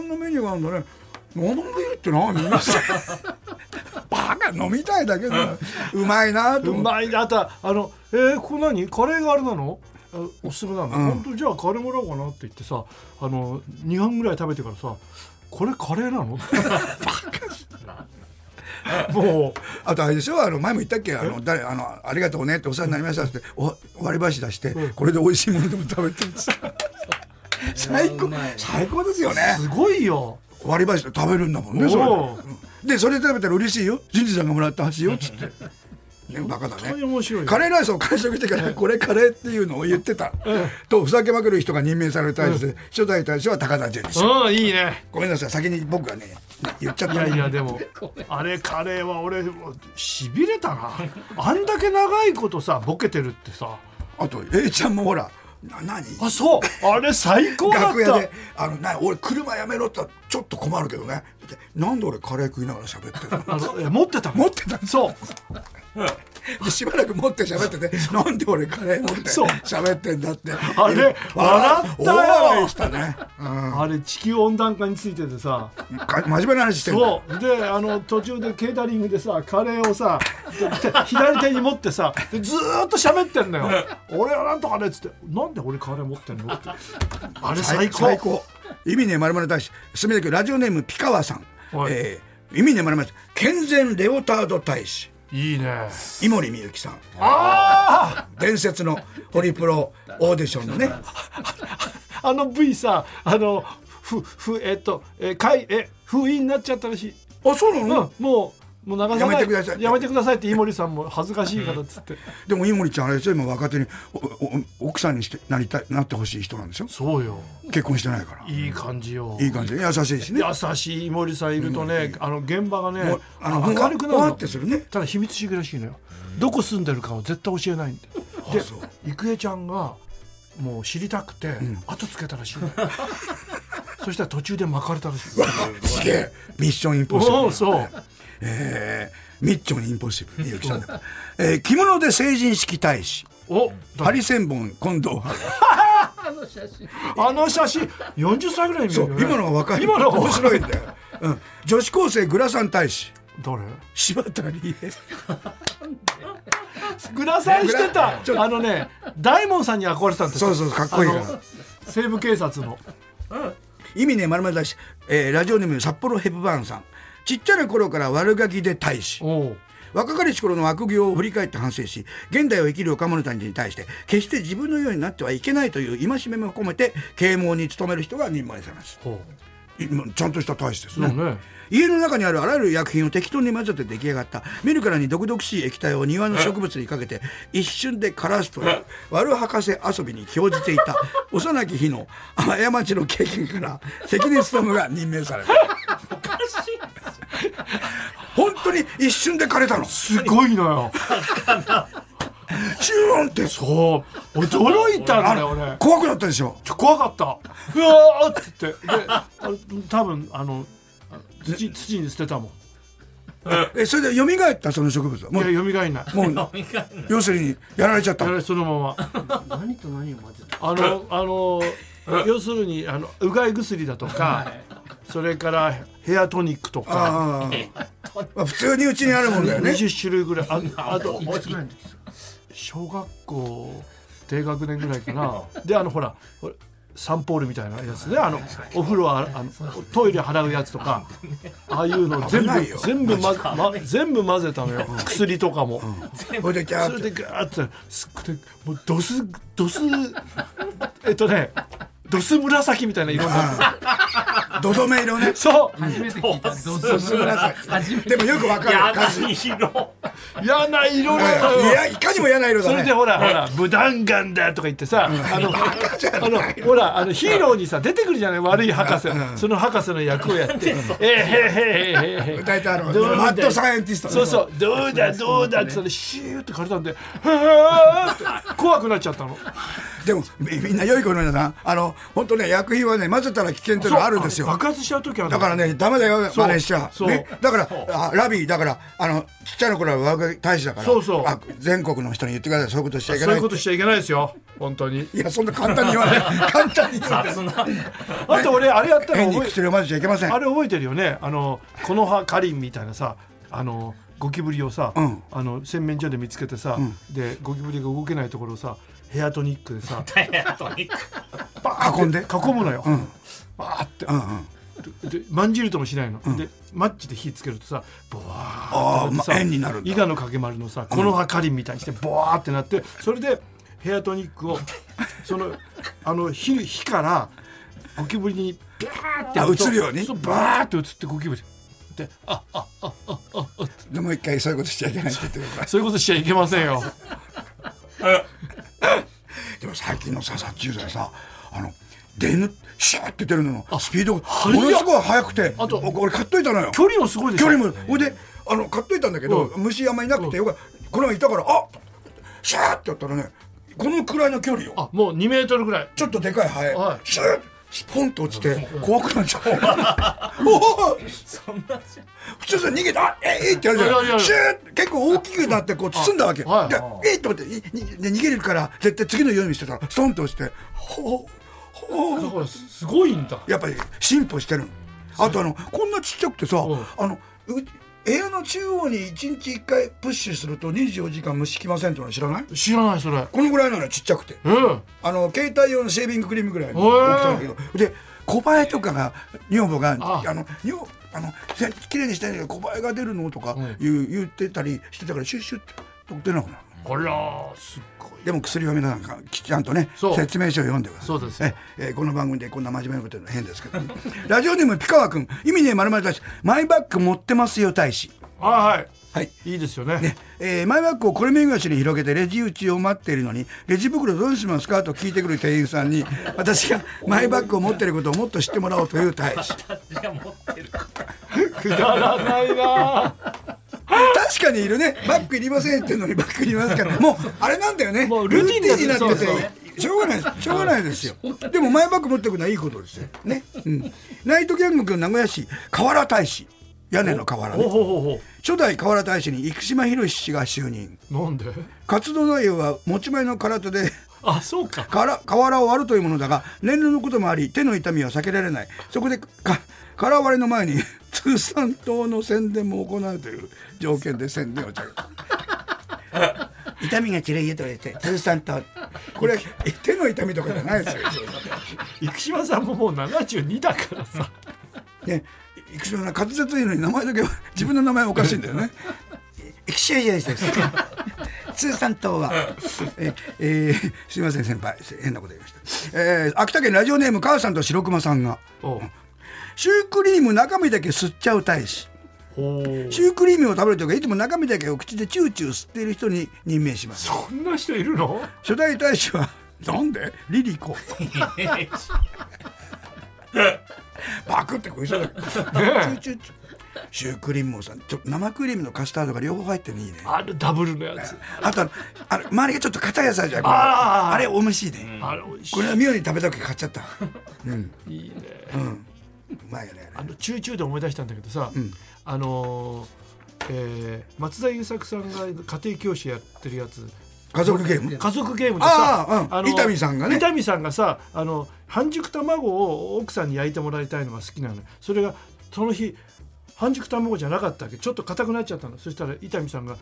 Speaker 2: んなメニューがあるんだね生ビールって何 みんなさバカ飲みたいだけだようまいなと
Speaker 3: う
Speaker 2: 思って
Speaker 3: まいなあとはあの「えー、ここ何カレーがあれなのあおすすめなの、本当じゃあカレーもらおうかな」って言ってさあの2分ぐらい食べてからさ「これカレーなの? 」もう
Speaker 2: あとあれでしょあの前も言ったっけあの誰あのありがとうねってお世話になりましたってお割り箸出して、これで美味しいものでも食べてる んです最
Speaker 4: う
Speaker 2: 高
Speaker 4: まい
Speaker 2: 最高ですよね
Speaker 3: すごいよ
Speaker 2: 割り箸で食べるんだもんねそれ
Speaker 3: おう
Speaker 2: ででそれ食べたら嬉しいよ純次さんがもらった箸よっつってねバカだ
Speaker 3: 本当に
Speaker 2: ね
Speaker 3: 面白い
Speaker 2: カレーライスを完食してからこれカレーっていうのを言ってたとふざけまくる人が任命されたりして初代大将は高田純次
Speaker 3: うんいいね
Speaker 2: ごめんなさい先に僕がね言っちゃっ
Speaker 3: い
Speaker 2: た
Speaker 3: やいや
Speaker 2: ね
Speaker 3: でもあれカレーは俺しびれたなあんだけ長いことさボケてるってさ
Speaker 2: あと A ちゃんもほらな何
Speaker 3: あそうあれ最高だっ
Speaker 2: 楽屋で「
Speaker 3: た
Speaker 2: あのな俺車やめろ」って言ったらちょっと困るけどねってなんで俺カレー食いながら喋ってるの
Speaker 3: あのいや持ってた
Speaker 2: 持
Speaker 3: も
Speaker 2: っ
Speaker 3: ん
Speaker 2: てたんです
Speaker 3: そう
Speaker 2: でしばらく持って喋って てなんで俺カレー持って
Speaker 3: そう
Speaker 2: 喋ってんだって
Speaker 3: あれ笑ったよ
Speaker 2: 大笑いしたね、うん
Speaker 3: あれ地球温暖化についててさ
Speaker 2: か真面目な話してるんだ
Speaker 3: そうであの途中でケータリングでさカレーをさで左手に持ってさでずーっと喋ってんのよ俺はなんとかねっつってなんで俺カレー持ってんのってあれ最高
Speaker 2: 最高意味ねまるまる大使すみだけラジオネームピカワさん、
Speaker 3: はい
Speaker 2: えー意味ねまるまる健全レオタード大使
Speaker 3: いいね
Speaker 2: 井森美幸さん
Speaker 3: あ
Speaker 2: 伝説のホリプロオーディションのね
Speaker 3: ああの V さあのふふえっとえかいえ封印になっちゃったらしい、
Speaker 2: あそうな
Speaker 3: うん、
Speaker 2: の、
Speaker 3: もうもう長さない
Speaker 2: やめてください
Speaker 3: やめてくださいって井森さんも恥ずかしいからっつって
Speaker 2: でも井森ちゃんあれですよ今若手におお奥さんにしてなりたいなってほしい人なんですよ
Speaker 3: そうよ
Speaker 2: 結婚してないから
Speaker 3: いい感じよ
Speaker 2: いい感じで優しいしね
Speaker 3: 優しい井森さんいるとね、あの現場が
Speaker 2: も
Speaker 3: ね
Speaker 2: うあ
Speaker 3: あ
Speaker 2: の
Speaker 3: の明るくな
Speaker 2: ほわ
Speaker 3: る
Speaker 2: っ
Speaker 3: の
Speaker 2: てするね
Speaker 3: ただ秘密主義らしいのよどこ住んでるかを絶対教えないんでで
Speaker 2: そう
Speaker 3: 郁恵ちゃんがもう知りたくて、後つけた らしいのよそしたら途中で巻かれたらしい
Speaker 2: すげえミッションインポッシブ
Speaker 3: お
Speaker 2: ル
Speaker 3: おそう
Speaker 2: えー、ミッチョンインポッシブルゆきさんだ、えー、着物で成人式大使
Speaker 3: お
Speaker 2: ハリセンボン近藤春
Speaker 4: あの写真
Speaker 3: あの写真40歳ぐらいに見
Speaker 2: そ
Speaker 3: える
Speaker 2: う
Speaker 3: よ、ね、
Speaker 2: 今のは若い
Speaker 3: 今のは
Speaker 2: 面
Speaker 3: 面白い
Speaker 2: 白いんだよ、うん、女子高生グラサン大使
Speaker 3: どれ
Speaker 2: 柴田理 恵
Speaker 3: グラサンしてた
Speaker 2: ちょ
Speaker 3: あのね大門さんに憧れてたんです
Speaker 2: そ
Speaker 3: よ
Speaker 2: うそうかっこいいか
Speaker 3: あ
Speaker 2: ら
Speaker 3: の西部警察の
Speaker 2: 意味ねまるまる大使、えー、ラジオネーム札幌ヘブバーンさんちっちゃな頃から悪ガキで大使
Speaker 3: おお
Speaker 2: 若かりし頃の悪行を振り返って反省し現代を生きる若者たちに対して決して自分のようになってはいけないという戒めも込めて啓蒙に努める人が任命されます
Speaker 3: ほ
Speaker 2: いまちゃんとした大使です
Speaker 3: うそ
Speaker 2: ね
Speaker 3: うね
Speaker 2: 家の中にあるあらゆる薬品を適当に混ぜて出来上がった見るからに毒々しい液体を庭の植物にかけて一瞬で枯らすという悪博士遊びに興じてい た幼き日の過ちの経験から関根勤が任命された本当に一瞬で枯れたの
Speaker 3: すごいのよ
Speaker 2: チューンって
Speaker 3: そう驚いたんだよ俺
Speaker 2: 怖くなったでしょ
Speaker 3: ちょ怖かったうわーって言ってであ多分あの土土に捨てたもん
Speaker 2: えそれで蘇ったその植物はいも
Speaker 3: や蘇らない
Speaker 2: もう要するにやられちゃった
Speaker 3: やられそのまま
Speaker 1: 何と何を混ぜた
Speaker 3: あのあの要するにあのうがい薬だとかそれからヘアトニックとか
Speaker 2: ああまあ普通にうちにあるもんだよ ね
Speaker 3: 20種類ぐらいああと
Speaker 1: いつぐらいの時ですか
Speaker 3: 小学校低学年ぐらいかなであのほらほらサンポールみたいなやつねあのお風呂ああのトイレ払うやつとかああいうの全
Speaker 2: 危
Speaker 3: 部
Speaker 2: ないよ
Speaker 3: 全部、まま、全部混ぜたのよ薬とかも、
Speaker 2: ほいでキャー
Speaker 3: そ
Speaker 2: って
Speaker 3: れでガーッてすっごいもうドスドスえっとねドス紫みたいな色になる
Speaker 2: どどめ色ね
Speaker 3: そう
Speaker 4: 初めて聞いたどうぞ
Speaker 2: すごいな
Speaker 4: 初めて
Speaker 2: でもよくわかる
Speaker 5: や
Speaker 2: 感
Speaker 5: だ
Speaker 2: じ
Speaker 5: 色
Speaker 3: 嫌な色なの
Speaker 2: い
Speaker 3: よ
Speaker 2: やいかにも嫌な色
Speaker 3: そ
Speaker 2: だ
Speaker 3: れで
Speaker 2: ね
Speaker 3: ほらほら無断眼だとか言ってさあのあのほらあのヒーローにさ出てくるじゃない悪い博士その博士の役をやって「えへへへへへ
Speaker 2: 大体あの
Speaker 3: どう
Speaker 2: マッドサイエンティストね
Speaker 3: そうそうどうだどうだ」って言ったらシューって枯れたんで「はーって怖くなっちゃったの
Speaker 2: でもみみんな良い子の皆さんあの本当ね薬品はね混ぜたら危険というのはあるんですよ
Speaker 3: 爆発しちゃう時は
Speaker 2: だからねダメだよ
Speaker 3: そう
Speaker 2: 真似しちゃ
Speaker 3: そう
Speaker 2: ねだからあラビーだからあのちっちゃな頃は若い大使だから
Speaker 3: そうそう
Speaker 2: あ全国の人に言ってくださいそういうことしちゃいけ
Speaker 3: そう
Speaker 2: ないいう
Speaker 3: ことしちゃいけないですよ本当に
Speaker 2: いやそんな簡単に言 わない簡単に言わない
Speaker 5: 雑な
Speaker 3: あと俺あれやったら
Speaker 2: 変に
Speaker 3: 覚え
Speaker 2: 薬を混ぜちゃいけません
Speaker 3: あれ覚えてるよねあのこの葉かりんみたいなさあのゴキブリをさ、
Speaker 2: うん
Speaker 3: あの洗面所で見つけてさ、でゴキブリが動けないところをさヘアトニックでさ
Speaker 5: とにかく
Speaker 3: バーって
Speaker 2: 囲んで
Speaker 3: 囲むのよ、
Speaker 2: ん
Speaker 3: バーって
Speaker 2: うんうん
Speaker 3: でまんじるともしないの、でマッチで火つけるとさボ
Speaker 2: あ
Speaker 3: ワー
Speaker 2: あ、
Speaker 3: って
Speaker 2: ま
Speaker 3: さ、
Speaker 2: あ、円になるん
Speaker 3: 伊
Speaker 2: だ
Speaker 3: 賀のかけ丸のさこの葉かりんみたいにしてボワーってなってそれでヘアトニックをそのあの火火からゴキブリにビャーってやと
Speaker 2: あ映るように
Speaker 3: そうバーって映ってゴキブリってああああああ
Speaker 2: でもう一回そういうことしちゃいけないって言ってください
Speaker 3: そういうことしちゃいけませんよ
Speaker 2: でも最近のさ殺虫剤さあの出ぬシューって出るののスピードがものすごい速くて
Speaker 3: あと
Speaker 2: 俺買っといたのよ
Speaker 3: 距離もすごいです
Speaker 2: 距
Speaker 3: よ
Speaker 2: 離もほいであの買っといたんだけど、
Speaker 3: う
Speaker 2: 虫あんまいなくてよかったこの前いたからあシャーってやったらねこのくらいの距離を
Speaker 3: あもう2メートルぐらい
Speaker 2: ちょっとでかいハエ、
Speaker 3: はい
Speaker 2: シューッスポンと落ちて怖くなっちゃ うおお
Speaker 5: そんなじゃ
Speaker 2: 普通さ逃げたあえいえいってやるじ
Speaker 3: いやいやい
Speaker 2: ゃ
Speaker 3: や
Speaker 2: んシューッ結構大きくなってこう包んだわけで
Speaker 3: はい
Speaker 2: えいって思っていにで逃げるから絶対次のようにしてたらストンと落ちてほうほう
Speaker 3: だからすすごいんだ
Speaker 2: やっぱり進歩してるのあとあのこんなちっちゃくてさ、
Speaker 3: うん
Speaker 2: あのう部屋の中央に1日1回プッシュすると24時間虫きませんっての知らない
Speaker 3: 知らないそれ
Speaker 2: このぐらいなのよちっちゃくて
Speaker 3: うん
Speaker 2: あの携帯用のシェービングクリームぐらいの
Speaker 3: へー
Speaker 2: 大きさだけどで小バエとかが女房があ
Speaker 3: あ
Speaker 2: の女あのせ綺麗にしたいんだけど小バエが出るのとか
Speaker 3: うん
Speaker 2: 言う、言ってたりしてたからシュッシュッと出なくなる
Speaker 3: あらーすっごい
Speaker 2: でも薬は皆さんがきちゃんとね
Speaker 3: そう
Speaker 2: 説明書を読んでください
Speaker 3: そうですよ
Speaker 2: ええこの番組でこんな真面目なこと言うの変ですけど、ね、ラジオネームピカワ君意味ねえまるまる大使マイバッグ持ってますよ大使
Speaker 3: あはい
Speaker 2: はい
Speaker 3: いいですよね
Speaker 2: ねえーマイバッグをこれ目ぐらしに広げてレジ打ちを待っているのにレジ袋どうしますかと聞いてくる店員さんに私がマイバッグを持っていることをもっと知ってもらおうという大使
Speaker 5: あ持ってる
Speaker 3: くだらないなー
Speaker 2: 確かにいるねバッグいりませんって言うのにバッグいりますからもうあれなんだよね
Speaker 3: もうルーティンになってる
Speaker 2: ルーティ
Speaker 3: そう
Speaker 2: になっててしょうがないですしょうがないですよでもマイバッグ持ってくのはいいことですよね、うん、ナイトギャング君名古屋市河原大使屋根の瓦
Speaker 3: ほう
Speaker 2: ね
Speaker 3: ほうほう
Speaker 2: 初代河原大使に生島博氏が就任
Speaker 3: ほうなんで
Speaker 2: 活動内容は持ち前の空手で
Speaker 3: あそうか
Speaker 2: から瓦を割るというものだが年齢のこともあり手の痛みは避けられないそこでか瓦割りの前に 通産党の宣伝も行うという条件で宣伝をちゃう痛みがちらいえとれて通産党これえ手の痛みとかじゃないですよ、
Speaker 3: 生島さんももう72だからさ
Speaker 2: ね、生島さん滑舌いいのに名前だけは自分の名前おかしいんだよね生島じゃないです通産党は、ええーすいません先輩変なこと言いました、えー秋田県ラジオネーム母さんと白熊さんが
Speaker 3: おう
Speaker 2: シュークリーム中身だけ吸っちゃう大使
Speaker 3: ほう
Speaker 2: シュークリームを食べるときはいつも中身だけを口でチューチュー吸っている人に任命します
Speaker 3: こんな人いるの
Speaker 2: 初代大使はなんでリリコバクって食いそうだけどチューチューチューシュークリームもさちょ生クリームのカスタードが両方入ってるのいいね
Speaker 3: あるダブルのやつ
Speaker 2: あとあのあれ周りがちょっと硬い野菜じゃん
Speaker 3: あ
Speaker 2: あ
Speaker 3: ー
Speaker 2: れおいしいね、
Speaker 3: あれ美味し
Speaker 2: これは妙に食べたくて買っちゃった
Speaker 3: いいいね
Speaker 2: うまいよねあ
Speaker 3: あ
Speaker 2: れ
Speaker 3: のチューチューで思い出したんだけどさ、あのーえー松田優作さんが家庭教師やってるやつ
Speaker 2: 家族ゲーム
Speaker 3: 家族ゲームでさ
Speaker 2: ああうん伊丹さんがね
Speaker 3: 伊丹さんがさあの半熟卵を奥さんに焼いてもらいたいのが好きなのよそれがその日半熟卵じゃなかったわけちょっと硬くなっちゃったのそしたら伊丹さんがつ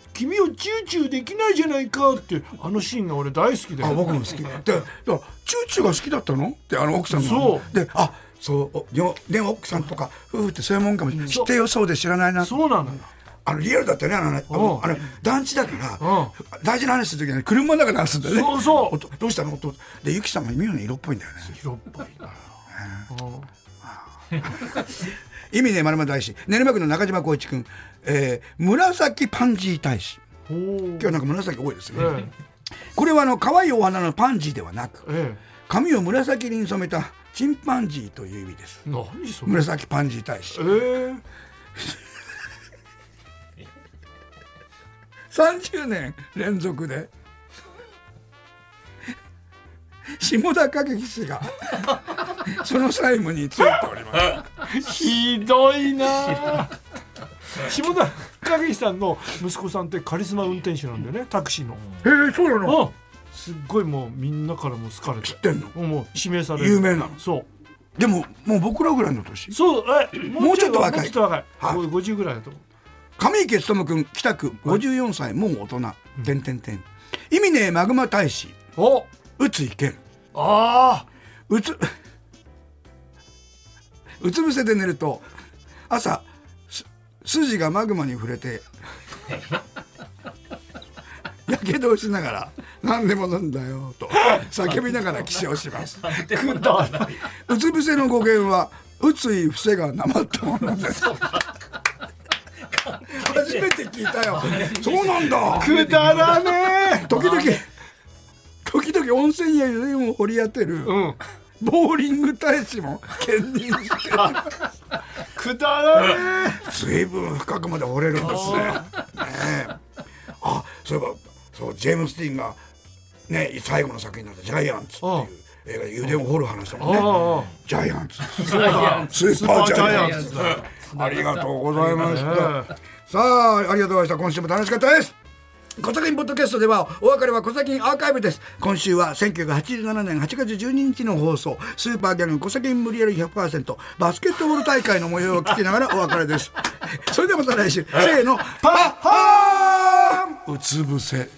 Speaker 3: 「君をチューチューできないじゃないか」ってあのシーンが俺大好きだ
Speaker 2: あ
Speaker 3: よ
Speaker 2: 僕も好きででチューチューが好きだったのってあの奥さんが
Speaker 3: そう
Speaker 2: であそうおよで奥さんとか夫婦ってそういうもんかもしれない知ってよそうで知らないな
Speaker 3: そうなのよ
Speaker 2: あのリアルだったよねあのねあ
Speaker 3: う
Speaker 2: の
Speaker 3: ん
Speaker 2: あれ団地だから
Speaker 3: うん
Speaker 2: 大事な話する時に車の中で話すんだよね
Speaker 3: そうそう
Speaker 2: おとどうしたのとでゆきさんも妙に色っぽいんだよね
Speaker 3: 色っぽいなうん
Speaker 2: 意味ねまるまる大使練馬区の中島光一君、えー、紫パンジー大使
Speaker 3: おー
Speaker 2: 今日なんか紫多いですね、
Speaker 3: え
Speaker 2: これはあの可愛いお花のパンジーではなく
Speaker 3: ええ
Speaker 2: 髪を紫に染めたチンパンジーという意味です
Speaker 3: え何それ
Speaker 2: 紫パンジー大使
Speaker 3: ええ
Speaker 2: 30年連続で下田景氏がその債務についております
Speaker 3: ひどいなあ 下田景樹さんの息子さんってカリスマ運転手なんだよねタクシーの、
Speaker 2: えー、そうなの
Speaker 3: あすっごいもうみんなからも好かれて
Speaker 2: 知ってんの
Speaker 3: もう指名される
Speaker 2: 有名なの
Speaker 3: そ
Speaker 2: でももう僕らぐらいの年
Speaker 3: うそうえ
Speaker 2: もうちょっと若い
Speaker 3: もうちょっと若い、
Speaker 2: はい
Speaker 3: もう50ぐらいだと思う
Speaker 2: 上池勉君北区54歳もう大人、てんてんてん意味ねえマグマ大使
Speaker 3: お
Speaker 2: 宇津井健
Speaker 3: あ
Speaker 2: うつうつ伏せで寝ると朝す筋がマグマに触れ てやけどをしながら何でも飲んだよと叫びながら起床します
Speaker 3: あくだらないう
Speaker 2: つ伏せの語源はうつい伏せがなまったもので初めて聞いたよそうなんだ
Speaker 3: くだらねえ
Speaker 2: 時々時々温泉や湯を掘り当てる
Speaker 3: うん
Speaker 2: ボーリング大使も兼任して
Speaker 3: くだらね
Speaker 2: 随分深くまで掘れるんですね。ねえあそういえばそうジェームス・ティーンが、ね、最後の作品なんだ「ジャイアンツ」っていう映画で油田を掘る話だもん
Speaker 3: え
Speaker 2: ね。
Speaker 3: あ
Speaker 2: ジャイアンツ
Speaker 5: そうだ
Speaker 2: スーパージャイ
Speaker 3: スーパージャイ
Speaker 2: ア
Speaker 3: ア
Speaker 2: ン
Speaker 3: ン
Speaker 2: ツ
Speaker 3: ツ
Speaker 2: だありがとうございました、
Speaker 3: あ
Speaker 2: さあありがとうございました今週も楽しかったです小崎ポッドキャストではお別れは小崎アーカイブです今週は1987年8月12日の放送スーパーギャグ小崎無理やり100%バスケットボール大会の模様を聞きながらお別れです それではまた来週せーのパッハーンうつ伏せ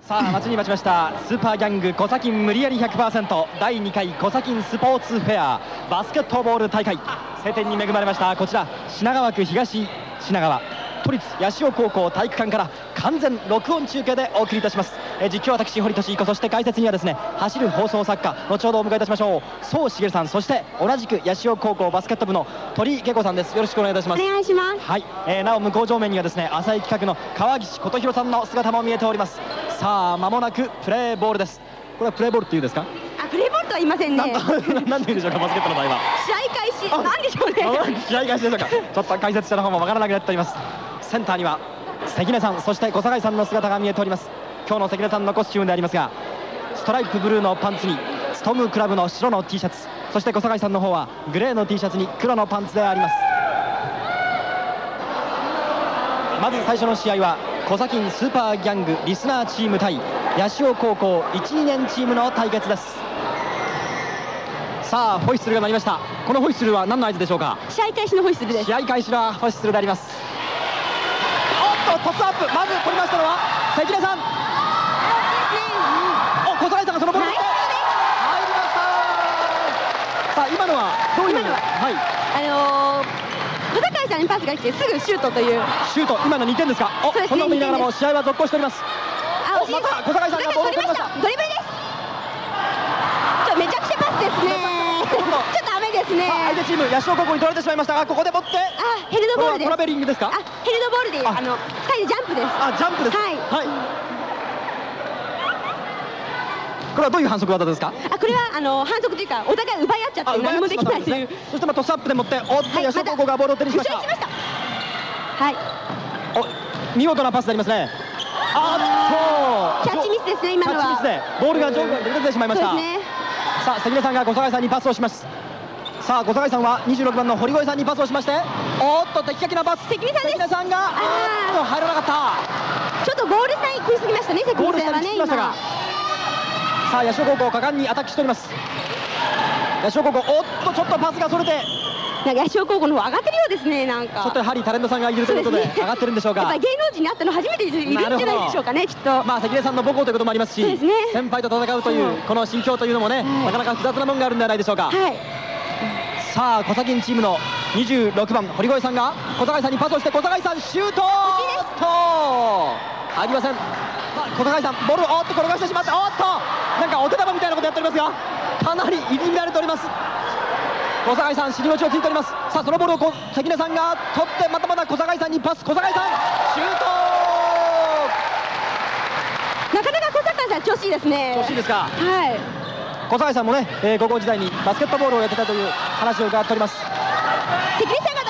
Speaker 6: さあ待ちに待ちましたスーパーギャングコサキン無理やり100%第2回コサキンスポーツフェアバスケットボール大会晴天に恵まれましたこちら品川区東品川都立八潮高校体育館から完全録音中継でお送りいたしますえー実況は私堀俊彦そして解説にはですね走る放送作家後ほどお迎えいたしましょう総茂さんそして同じく八潮高校バスケット部の鳥居恵子さんですよろしくお願いいたします
Speaker 7: お願いします。
Speaker 6: はい、えーなお向こう正面にはですね浅井企画の川岸琴弘さんの姿も見えておりますさあ間もなくプレーボールですこれはプレーボールっていうんですか、
Speaker 7: あ、プレイボールとは言いませんね。
Speaker 6: なん
Speaker 7: 試合
Speaker 6: となんて言うんでしょうかバスケットの場合は
Speaker 7: 開始、
Speaker 6: あ
Speaker 7: なんでしょう
Speaker 6: 間もな
Speaker 7: ね。
Speaker 6: く試合開始でしょうかちょっと解説者の方もわからなくなっておりますセンターには関根さんそして小堺さんの姿が見えております今日の関根さんのコスチュームでありますがストライプブルーのパンツにストムクラブの白の T シャツそして小堺さんの方はグレーの T シャツに黒のパンツでありますまず最初の試合は小崎スーパーギャングリスナーチーム対八潮高校12年チームの対決ですさあホイッスルが鳴りましたこのホイッスルは何の合図でしょうか
Speaker 7: 試合開始のホイッスルです
Speaker 6: 試。合開始はホイッスルでありますおっとトスアップまず取りましたのは関根さんお小坂井さんがそのボールを
Speaker 7: ナイス
Speaker 6: 入りましたさあ今のはどういう
Speaker 7: 今のは
Speaker 6: はい
Speaker 7: あのー、小高井さんにパスが来て、すぐシュートという。あ、
Speaker 6: シュート今の2点ですかお
Speaker 7: そうです
Speaker 6: こんなこと言いながらも
Speaker 7: 二点で
Speaker 6: 試合は続行しておりますお
Speaker 7: 惜しい
Speaker 6: また小坂井さんがボールを取りました
Speaker 7: 小坂井さんドリブルです。ちょ、めちゃくちゃパスですね。ちょっと雨ですね。
Speaker 6: さあ相手チーム八代高校に取られてしまいましたがここで持って
Speaker 7: あ、ヘルドボールで
Speaker 6: これはトラ
Speaker 7: す。
Speaker 6: ベリングですか
Speaker 7: あ、ヘルドボールで、
Speaker 6: あ
Speaker 7: あの、二人でジャンプです。
Speaker 6: あジャンプです
Speaker 7: はい
Speaker 6: これはどういう反則技ですか
Speaker 7: あ、これは、あの、反則というか、お互い奪い合っちゃって、何もできないという。
Speaker 6: そしてまあトスアップで持っておっと
Speaker 7: はい
Speaker 6: 八代高校がボールを手にしました
Speaker 7: 後ろにしました。はい。
Speaker 6: お見事なパスでありますねあっと
Speaker 7: キャッチミスですね、今のは。
Speaker 6: キャッチミスでボールが上下に出てしまいました
Speaker 7: そうですね。
Speaker 6: さあ関根さんが小坂井さんにパスをしますさあ小坂井さんは26番の堀越さんにパスをしましておっと的確なパス
Speaker 7: 関根さんです
Speaker 6: 関根さんがあ
Speaker 7: あー
Speaker 6: ーっと入らなかった
Speaker 7: ちょっとゴール下に食いすぎましたね、関
Speaker 6: ゴール
Speaker 7: 根さん
Speaker 6: 下
Speaker 7: は
Speaker 6: に
Speaker 7: ね、
Speaker 6: 来まし
Speaker 7: 今
Speaker 6: たがさあ八代高校果敢にアタックしております八代高校おっとちょっとパスがそれて
Speaker 7: なんか八潮高校の方上がってるようですね、なんか。
Speaker 6: ちょっとやはりタレントさんがいるということで上がってるんでしょう
Speaker 7: やっ
Speaker 6: か
Speaker 7: ぱり芸能人に会ったの初めているいるんじゃないでしょうかね、きっと。
Speaker 6: まあ関根さんの母校ということもありますし
Speaker 7: そうですね
Speaker 6: 先輩と戦うとい
Speaker 7: そうう
Speaker 6: この心境というのもね
Speaker 7: はい
Speaker 6: なかなか複雑なものがあるんではないでしょうか
Speaker 7: はい。
Speaker 6: さあ小崎チームの26番堀越さんが小坂井さんにパスをして小坂井さんシュートおっと入りません、まあ、小坂井さんボールをおっと転がしてしまったおっとなんかお手玉みたいなことやっておりますがかなり入り乱れております小坂井さん尻餅をついておりますさあそのボールをこ関根さんが取ってまたまた小坂井さんにパス小坂井さんシュート
Speaker 7: なかなか小坂さん、調子いいですね。
Speaker 6: 欲しいですか
Speaker 7: はい。
Speaker 6: 小坂井さんもね、えー高校時代にバスケットボールをやってたという話を伺っております
Speaker 7: 関根さんが、あ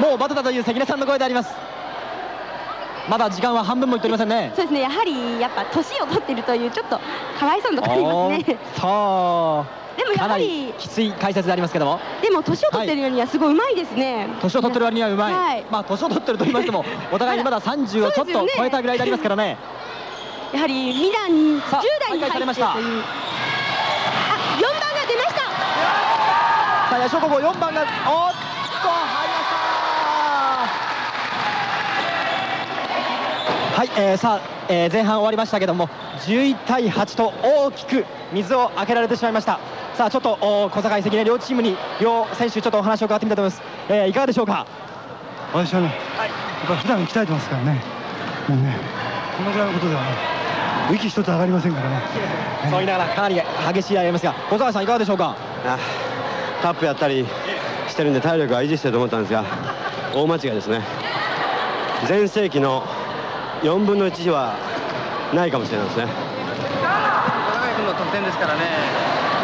Speaker 6: もうバテたという関根さんの声でありますまだ時間は半分もいっておりませんね
Speaker 7: ーそうですね、やはり、やっぱ年を取ってるという、ちょっとかわいそうなとこあり
Speaker 6: お
Speaker 7: ます
Speaker 6: ー
Speaker 7: ね。
Speaker 6: っ
Speaker 7: でも
Speaker 6: と
Speaker 7: や
Speaker 6: か
Speaker 7: っぱ
Speaker 6: な
Speaker 7: り
Speaker 6: り、きつい解説でありますけども
Speaker 7: でも年を取ってるようには、すごいうまいですね。
Speaker 6: 年を取ってる割にはうまい、
Speaker 7: はい
Speaker 6: まあ年を取ってると言いましてもお互いにまだ30をちょっ
Speaker 7: そ
Speaker 6: と
Speaker 7: うですよね
Speaker 6: 超えたぐらいでありますからね
Speaker 7: やはり、二段、10
Speaker 6: さあ
Speaker 7: 代に入ってという。あ、
Speaker 6: 再開
Speaker 7: 4番
Speaker 6: され
Speaker 7: が出ました。
Speaker 6: さあ八代高校4番がおっと入りましたはい、えーさあ、えー前半終わりましたけども11対8と大きく水を開けられてしまいましたさあちょっとおー小坂井関根両チームに両選手ちょっとお話を伺ってみたいと思います、えーいかがでしょうか
Speaker 8: 私はね、やっぱり普段鍛えてますからね、もうね、このぐらいのことではね、
Speaker 6: 息一つ上がりませんからねそう言いながらかなり激しいありますが小坂さんいかがでしょうか
Speaker 9: あタップやったりしてるんで体力は維持してると思ったんですが大間違いですね全盛期の4分の1はないかもしれないですね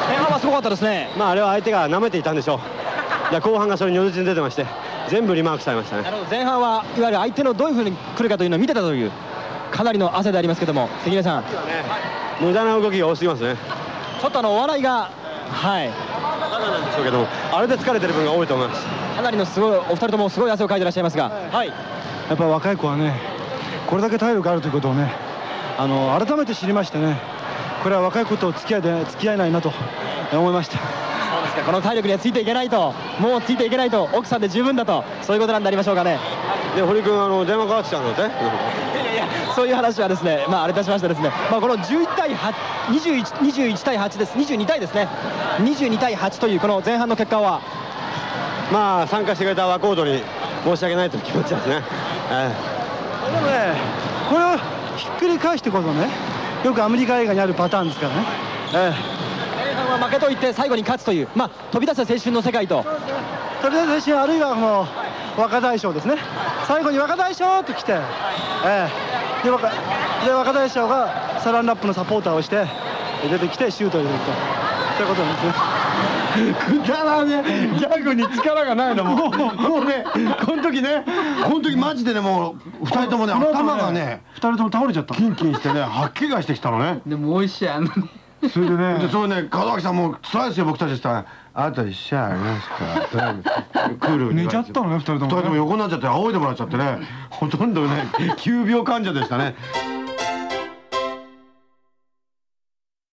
Speaker 6: 前半はすごかったですね
Speaker 9: まああれは相手が舐めていたんでしょういや後半がそれに如実に出てまして全部リマークされましたね
Speaker 6: なるほど前半はいわゆる相手のどういうふうに来るかというのを見てたというかなりの汗でありますけども関根さん
Speaker 9: 無駄な動きが多すぎますね
Speaker 6: ちょっとあのお笑いがはい
Speaker 9: だからなんでしょうけどもあれで疲れてる分が多いと思います
Speaker 6: かなりのすごいお二人ともすごい汗をかいてらっしゃいますがはい
Speaker 10: やっぱ若い子はねこれだけ体力があるということをねあの改めて知りましてねこれは若い子と付き合いで付き合えないなと思いました
Speaker 6: この体力にはついていけないともうついていけないと奥さんで十分だとそういうことなんでありましょうかね
Speaker 9: で堀君あの電話かかってきたんだって
Speaker 6: そういう話はですね、まあ、あれいたしましてですね、まあ、この11対8 21, 21対8です22対ですね22対8というこの前半の結果は
Speaker 9: まあ参加してくれたワコードに申し訳ないという気持ちですね、ええ
Speaker 10: でもねこれをひっくり返してこそねよくアメリカ映画にあるパターンですからね、え
Speaker 6: 前半は負けといって最後に勝つという、まあ、飛び出せ青春の世界と
Speaker 10: え、とりあえず私はあるいはもう若大将ですね最後に若大将と来て、ええ、で若で若大将がサランラップのサポーターをして出てきてシュートを入れるとということなんですね
Speaker 2: くだらねえギャグに力がないのもうもうねこの時ねこの時マジでねもう二人ともね
Speaker 10: この後
Speaker 2: 頭がね
Speaker 10: 2人とも倒れちゃった
Speaker 2: キンキンしてね吐き気がしてきたのね
Speaker 11: でも美味しいあのね
Speaker 10: それでね
Speaker 2: でそうね門脇さんもう辛いですよ僕たちでしたらあと一社ありますからクール に
Speaker 10: 寝ちゃったのね2人と
Speaker 2: 二人
Speaker 10: も
Speaker 2: と
Speaker 10: ね
Speaker 2: も横になっちゃって仰いでもらっちゃってねほとんどね急病患者でしたね